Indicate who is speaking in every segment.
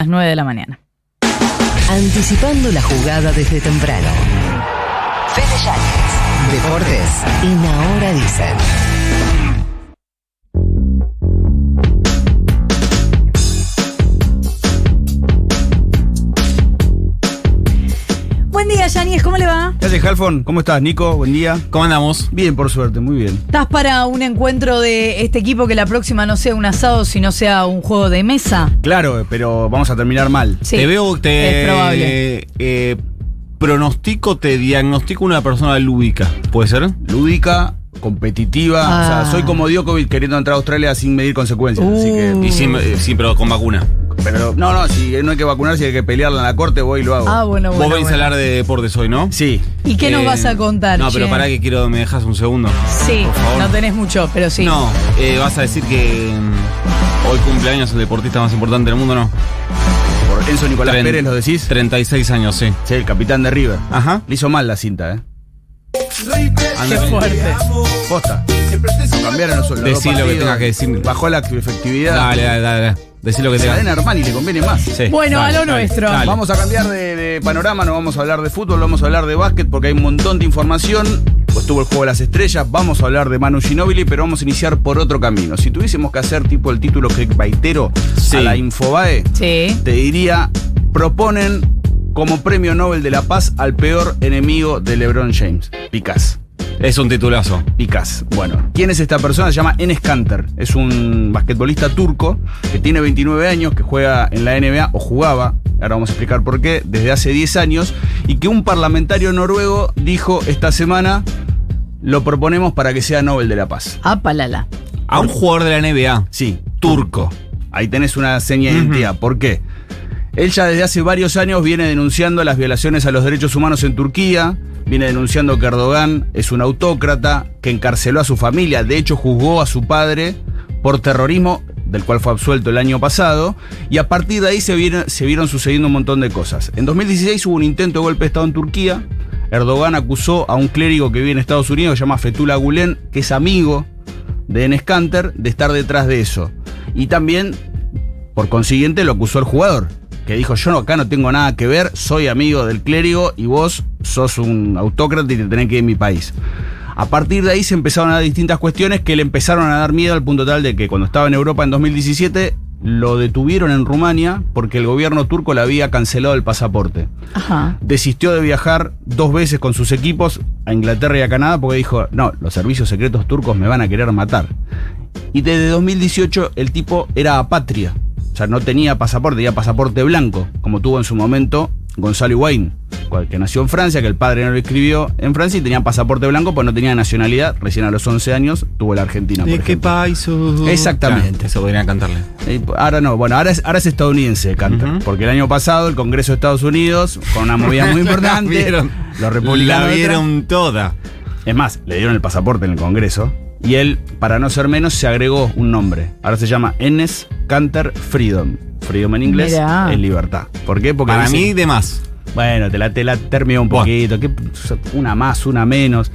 Speaker 1: las 9 de la mañana.
Speaker 2: Anticipando la jugada desde temprano. Fede Yáñez. Deportes. Y Nahora dicen.
Speaker 1: Buen día, Yanis, ¿cómo le va?
Speaker 3: ¿Qué haces, Halfon? ¿Cómo estás, Nico? Buen día.
Speaker 4: ¿Cómo andamos?
Speaker 3: Bien, por suerte, muy bien.
Speaker 1: ¿Estás para un encuentro de este equipo que la próxima no sea un asado, sino sea un juego de mesa?
Speaker 3: Claro, eh, pero vamos a terminar mal.
Speaker 1: Sí,
Speaker 4: te veo, te.
Speaker 1: es probable.
Speaker 4: eh, pronostico, te diagnostico una persona lúdica. ¿Puede ser?
Speaker 3: Lúdica, competitiva.
Speaker 1: Ah.
Speaker 3: O sea, soy como Djokovic queriendo entrar a Australia sin medir consecuencias. Así
Speaker 1: Uh.
Speaker 3: que.
Speaker 4: Y sí, me- sí, pero con vacuna.
Speaker 3: Pero, no, no, si no hay que vacunarse, hay que pelearla en la corte, voy y lo hago.
Speaker 1: Ah, bueno,
Speaker 4: Vos
Speaker 1: bueno.
Speaker 4: venís
Speaker 1: bueno.
Speaker 4: a hablar de deportes hoy, ¿no?
Speaker 3: Sí.
Speaker 1: ¿Y qué nos
Speaker 4: Eh,
Speaker 1: vas a contar?
Speaker 4: No, pero
Speaker 1: che?
Speaker 4: pará que quiero, me dejas un segundo.
Speaker 1: Sí,
Speaker 4: Por favor.
Speaker 1: no tenés mucho, pero sí.
Speaker 4: No, eh, vas a decir que mm, hoy cumpleaños el deportista más importante del mundo, ¿no?
Speaker 3: Por Enzo Nicolás
Speaker 4: Tren-
Speaker 3: Pérez, ¿lo decís?
Speaker 4: 36 años, sí.
Speaker 3: Sí, el capitán de River.
Speaker 4: Ajá.
Speaker 3: Le hizo mal la cinta, ¿eh?
Speaker 1: Qué
Speaker 4: Anda,
Speaker 1: fuerte.
Speaker 3: Posta. Cambiaron los sueldos.
Speaker 4: Decí
Speaker 3: Dos
Speaker 4: lo que
Speaker 3: partidos.
Speaker 4: tengas que decir.
Speaker 3: Bajó la efectividad.
Speaker 4: Dale, dale, dale. dale. Decí lo que
Speaker 3: Se la den
Speaker 4: tengas.
Speaker 3: a Armani, le conviene más.
Speaker 4: Sí,
Speaker 1: Bueno, a lo nuestro. Dale.
Speaker 3: Vamos a cambiar de, de panorama, no vamos a hablar de fútbol, vamos a hablar de básquet porque hay un montón de información. Pues Estuvo el juego de las estrellas, vamos a hablar de Manu Ginóbili, pero vamos a iniciar por otro camino. Si tuviésemos que hacer tipo el título clickbaitero
Speaker 4: Sí.
Speaker 3: a la Infobae,
Speaker 1: Sí.
Speaker 3: te diría, proponen como premio Nobel de la Paz al peor enemigo de LeBron James, Picas.
Speaker 4: Es un titulazo.
Speaker 3: Picas. Bueno, ¿quién es esta persona? Se llama Enes Kanter. Es un basquetbolista turco que tiene 29 años, que juega en la NBA o jugaba, ahora vamos a explicar por qué, desde hace 10 años, y que un parlamentario noruego dijo esta semana, lo proponemos para que sea Nobel de la Paz.
Speaker 1: Apalala.
Speaker 4: A un jugador de la NBA.
Speaker 3: Sí,
Speaker 4: Turco.
Speaker 3: ahí tenés una seña de
Speaker 4: Ujú.
Speaker 3: identidad. ¿Por qué? Él ya desde hace varios años viene denunciando las violaciones a los derechos humanos en Turquía, viene denunciando que Erdogan es un autócrata, que encarceló a su familia, de hecho juzgó a su padre por terrorismo, del cual fue absuelto el año pasado, y a partir de ahí se vieron, se vieron sucediendo un montón de cosas. En 2016 hubo un intento de golpe de Estado en Turquía, Erdogan acusó a un clérigo que vive en Estados Unidos, que se llama Fethullah Gulen, que es amigo de Enes Kanter, de estar detrás de eso. Y también por consiguiente, lo acusó el jugador, que dijo: Yo no, acá no tengo nada que ver, soy amigo del clérigo y vos sos un autócrata y te tenés que ir de mi país. A partir de ahí se empezaron a dar distintas cuestiones que le empezaron a dar miedo al punto tal de que cuando estaba en Europa en 2017 lo detuvieron en Rumania porque el gobierno turco le había cancelado el pasaporte
Speaker 1: Ajá.
Speaker 3: desistió de viajar dos veces con sus equipos a Inglaterra y a Canadá porque dijo, no, los servicios secretos turcos me van a querer matar. Y desde 2018 el tipo era apatria, o sea, no tenía pasaporte, tenía pasaporte blanco, como tuvo en su momento Gonzalo Wayne, que nació en Francia, que el padre no lo escribió en Francia y tenía pasaporte blanco, pues no tenía nacionalidad, recién a los 11 años tuvo la Argentina. por ejemplo.
Speaker 4: país?
Speaker 3: Exactamente.
Speaker 4: eso podrían cantarle.
Speaker 3: Eh, Ahora no, bueno, ahora es, ahora es estadounidense, Cantor.
Speaker 4: Ujú.
Speaker 3: Porque el año pasado el Congreso de Estados Unidos, con una movida muy importante,
Speaker 4: La vieron.
Speaker 3: los republicanos.
Speaker 4: La
Speaker 3: detrás-
Speaker 4: vieron toda.
Speaker 3: Es más, le dieron el pasaporte en el Congreso. Y él, para no ser menos, se agregó un nombre. Ahora se llama Enes Canter Freedom. Freedom en inglés
Speaker 1: Mirá.
Speaker 3: es libertad. ¿Por qué? Porque
Speaker 4: Para
Speaker 3: dice-
Speaker 4: mí, de más.
Speaker 3: bueno, te la, te la termino un
Speaker 4: Bueno.
Speaker 3: poquito. que una más, una menos.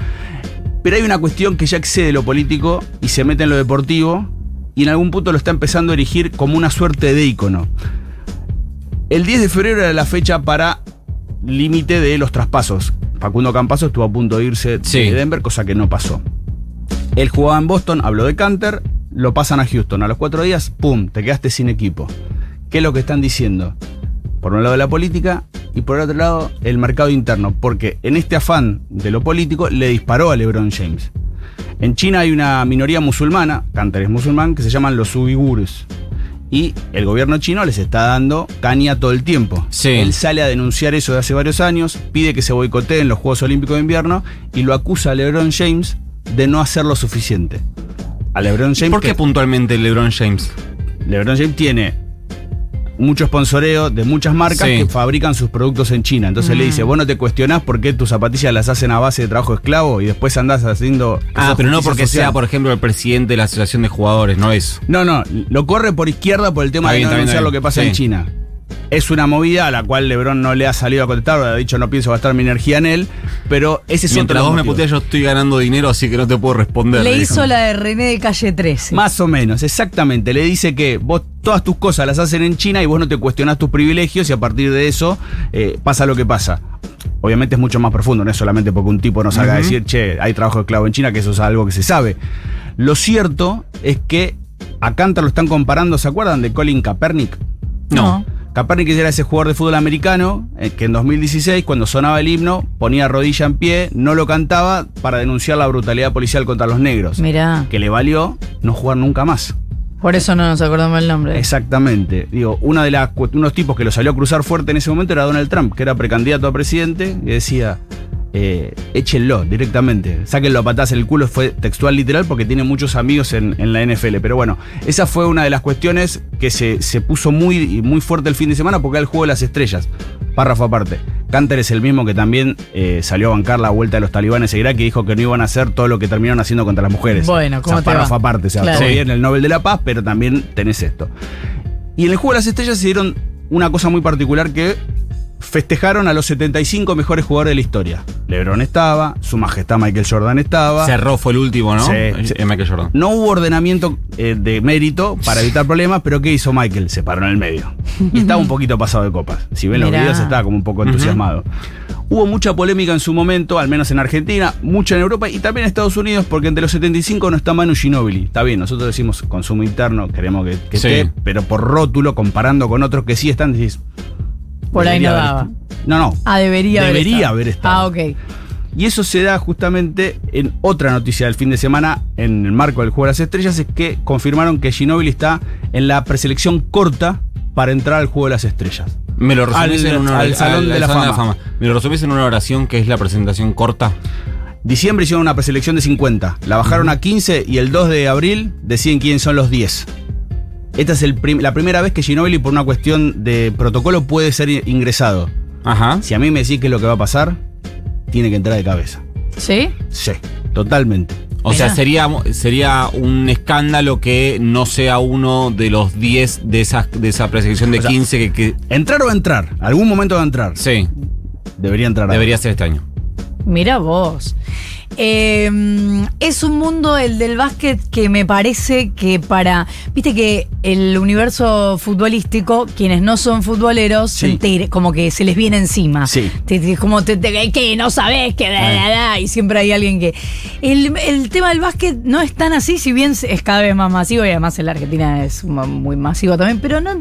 Speaker 3: Pero hay una cuestión que ya excede lo político y se mete en lo deportivo y en algún punto lo está empezando a erigir como una suerte de ícono. El 10 de febrero era la fecha para límite de los traspasos. Facundo Campaso estuvo a punto de irse
Speaker 4: Sí.
Speaker 3: de Denver, cosa que no pasó. Él jugaba en Boston, habló de Canter, lo pasan a Houston. A los cuatro días, ¡pum!, te quedaste sin equipo. ¿Qué es lo que están diciendo? Por un lado la política y por el otro lado el mercado interno, porque en este afán de lo político le disparó a LeBron James. En China hay una minoría musulmana, Cantor es musulmán, que se llaman los uigures. Y el gobierno chino les está dando caña todo el tiempo.
Speaker 4: Sí.
Speaker 3: Él sale a denunciar eso de hace varios años, pide que se boicoteen los Juegos Olímpicos de Invierno y lo acusa a LeBron James de no hacer lo suficiente. A LeBron James.
Speaker 4: ¿Por qué
Speaker 3: que-
Speaker 4: puntualmente LeBron James?
Speaker 3: LeBron James tiene mucho sponsoreo de muchas marcas
Speaker 4: Sí.
Speaker 3: que fabrican sus productos en China. Entonces le dice, vos no te cuestionás por qué tus zapatillas las hacen a base de trabajo esclavo y después andás haciendo... que
Speaker 4: Ah,
Speaker 3: sos
Speaker 4: pero no
Speaker 3: justicia
Speaker 4: porque
Speaker 3: social".
Speaker 4: sea, por ejemplo, el presidente de la asociación de jugadores, no es.
Speaker 3: No, no, lo corre por izquierda por el tema
Speaker 4: Está
Speaker 3: de
Speaker 4: bien,
Speaker 3: no
Speaker 4: está bien,
Speaker 3: denunciar
Speaker 4: está
Speaker 3: lo
Speaker 4: bien.
Speaker 3: que pasa
Speaker 4: Sí.
Speaker 3: en China. Es una movida a la cual Lebron no le ha salido a contestar, ha dicho no pienso gastar mi energía en él, pero ese es
Speaker 4: Mientras
Speaker 3: otro
Speaker 4: vos me
Speaker 3: motivo.
Speaker 4: puteas, yo estoy ganando dinero, así que no te puedo responder.
Speaker 1: Le
Speaker 4: dijo.
Speaker 1: hizo la de René de calle 13.
Speaker 3: Más o menos, exactamente. Le dice que vos todas tus cosas las hacen en China y vos no te cuestionás tus privilegios y a partir de eso eh, pasa lo que pasa. Obviamente es mucho más profundo, no es solamente porque un tipo nos salga a
Speaker 4: Ujú.
Speaker 3: decir, che, hay trabajo esclavo en China, que eso es algo que se sabe. Lo cierto es que a Cantor lo están comparando, ¿se acuerdan de Colin Kaepernick?
Speaker 4: No.
Speaker 3: Kaepernick era ese jugador de fútbol americano eh, que en 2016, cuando sonaba el himno, ponía rodilla en pie, no lo cantaba para denunciar la brutalidad policial contra los negros
Speaker 1: Mirá,
Speaker 3: que le valió no jugar nunca más.
Speaker 1: por eso no nos acordamos el nombre.
Speaker 3: Exactamente. Digo, una de las cu- unos tipos que lo salió a cruzar fuerte en ese momento era Donald Trump, que era precandidato a presidente, y decía, eh, échenlo directamente, sáquenlo a patadas en el culo, fue textual literal, porque tiene muchos amigos en, en la NFL. Pero bueno, esa fue una de las cuestiones que se, se puso muy, muy fuerte el fin de semana, porque era el juego de las estrellas. Párrafo aparte. Canter es el mismo que también eh, salió a bancar la vuelta de los talibanes a Irak y dijo que no iban a hacer todo lo que terminaron haciendo contra las mujeres.
Speaker 1: Bueno, ¿cómo
Speaker 3: O sea,
Speaker 1: te va?
Speaker 3: párrafo aparte, o sea,
Speaker 1: Claro.
Speaker 3: todo
Speaker 1: Sí.
Speaker 3: bien el Nobel de la Paz, pero también tenés esto. Y en el Juego de las Estrellas se dieron una cosa muy particular que festejaron a los 75 mejores jugadores de la historia. LeBron estaba, su majestad Michael Jordan estaba.
Speaker 4: Cerró fue el último, ¿no?
Speaker 3: Sí,
Speaker 4: Eh,
Speaker 3: sí.
Speaker 4: Michael Jordan.
Speaker 3: No hubo ordenamiento eh, de mérito para evitar problemas, pero ¿qué hizo Michael? Se paró en el medio. Y estaba un poquito pasado de copas. Si ven los
Speaker 1: Mirá.
Speaker 3: videos, estaba como un poco entusiasmado. Hubo mucha polémica en su momento, al menos en Argentina, mucha en Europa y también en Estados Unidos, porque entre los 75 no está Manu Ginóbili. Está bien, nosotros decimos consumo interno, queremos que, que
Speaker 4: Sí.
Speaker 3: esté, pero por rótulo, comparando con otros que sí están, decís.
Speaker 1: Por ahí no
Speaker 3: debería haber
Speaker 1: daba.
Speaker 3: est- No, no.
Speaker 1: Ah, debería,
Speaker 3: Debería
Speaker 1: haber
Speaker 3: haber
Speaker 1: estado.
Speaker 3: estado.
Speaker 1: Ah, ok.
Speaker 3: Y eso se da justamente en otra noticia del fin de semana, en el marco del Juego de las Estrellas, es que confirmaron que Ginóbili está en la preselección corta para entrar al Juego de las Estrellas.
Speaker 4: Me lo resumís
Speaker 3: Al-
Speaker 4: en una
Speaker 3: al Salón de la Fama.
Speaker 4: Me lo resumís en una oración que es la presentación corta.
Speaker 3: Diciembre hicieron una preselección de 50, la bajaron a 15 y el 2 de abril deciden quién son los 10. Esta es el prim- la primera vez que Ginóbili por una cuestión de protocolo puede ser i- ingresado.
Speaker 4: Ajá.
Speaker 3: Si a mí me decís qué es lo que va a pasar, tiene que entrar de cabeza.
Speaker 1: ¿Sí?
Speaker 3: Sí, totalmente.
Speaker 4: O sea,
Speaker 1: Mirá.
Speaker 4: sería, sería un escándalo que no sea uno de los 10 de, esas, de esa preselección de
Speaker 3: O sea,
Speaker 4: 15 que, que-
Speaker 3: ¿Entrar o entrar? Algún momento va a entrar.
Speaker 4: Sí,
Speaker 3: Debería entrar. ahora.
Speaker 4: debería ser este año.
Speaker 1: Mira vos. Eh, es un mundo el del básquet que me parece que para. Viste que el universo futbolístico, quienes no son futboleros, se
Speaker 3: Sí.
Speaker 1: entere- como que se les viene encima.
Speaker 3: Sí.
Speaker 1: Te- te- como te, te- que no sabes que da, da, da, y siempre hay alguien que. El, el tema del básquet no es tan así, si bien es cada vez más masivo y además en la Argentina es ma- muy masivo también, pero no,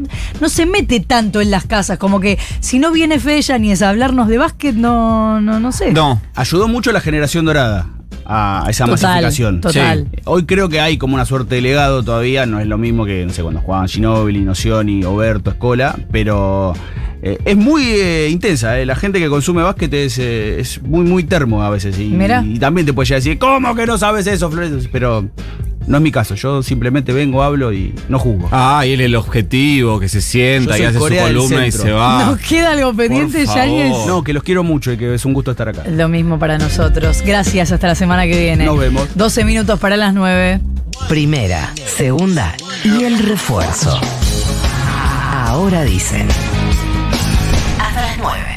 Speaker 1: no se mete tanto en las casas, como que si no viene Fella ni es a hablarnos de básquet, no, no, no sé.
Speaker 4: No,
Speaker 3: Ayudó mucho la generación dorada a esa masificación.
Speaker 1: Total.
Speaker 3: Eh, Hoy creo que hay como una suerte de legado todavía, no es lo mismo que, no sé, cuando jugaban Ginobili, Nocioni, Oberto, Escola, pero eh, es muy eh, intensa, eh. la gente que consume básquet es, eh, es muy, muy termo a veces y,
Speaker 1: Mirá.
Speaker 3: y también te puede llegar a decir, ¿cómo que no sabes eso, Flores? Pero no es mi caso, yo simplemente vengo, hablo y no juzgo.
Speaker 4: Ah, y él el objetivo, que se sienta
Speaker 3: Yo
Speaker 4: y
Speaker 3: soy
Speaker 4: hace
Speaker 3: Corea
Speaker 4: su
Speaker 3: del
Speaker 4: columna y
Speaker 3: Centro.
Speaker 4: se va.
Speaker 1: Nos queda algo pendiente,
Speaker 4: Ah, favor.
Speaker 1: Yáñez.
Speaker 3: No, que los quiero mucho y que es un gusto estar acá.
Speaker 1: Lo mismo para nosotros. Gracias, hasta la semana que viene.
Speaker 3: Nos vemos.
Speaker 1: 12 minutos para las 9.
Speaker 2: Primera, segunda y el refuerzo. Ahora dicen. Hasta las nueve.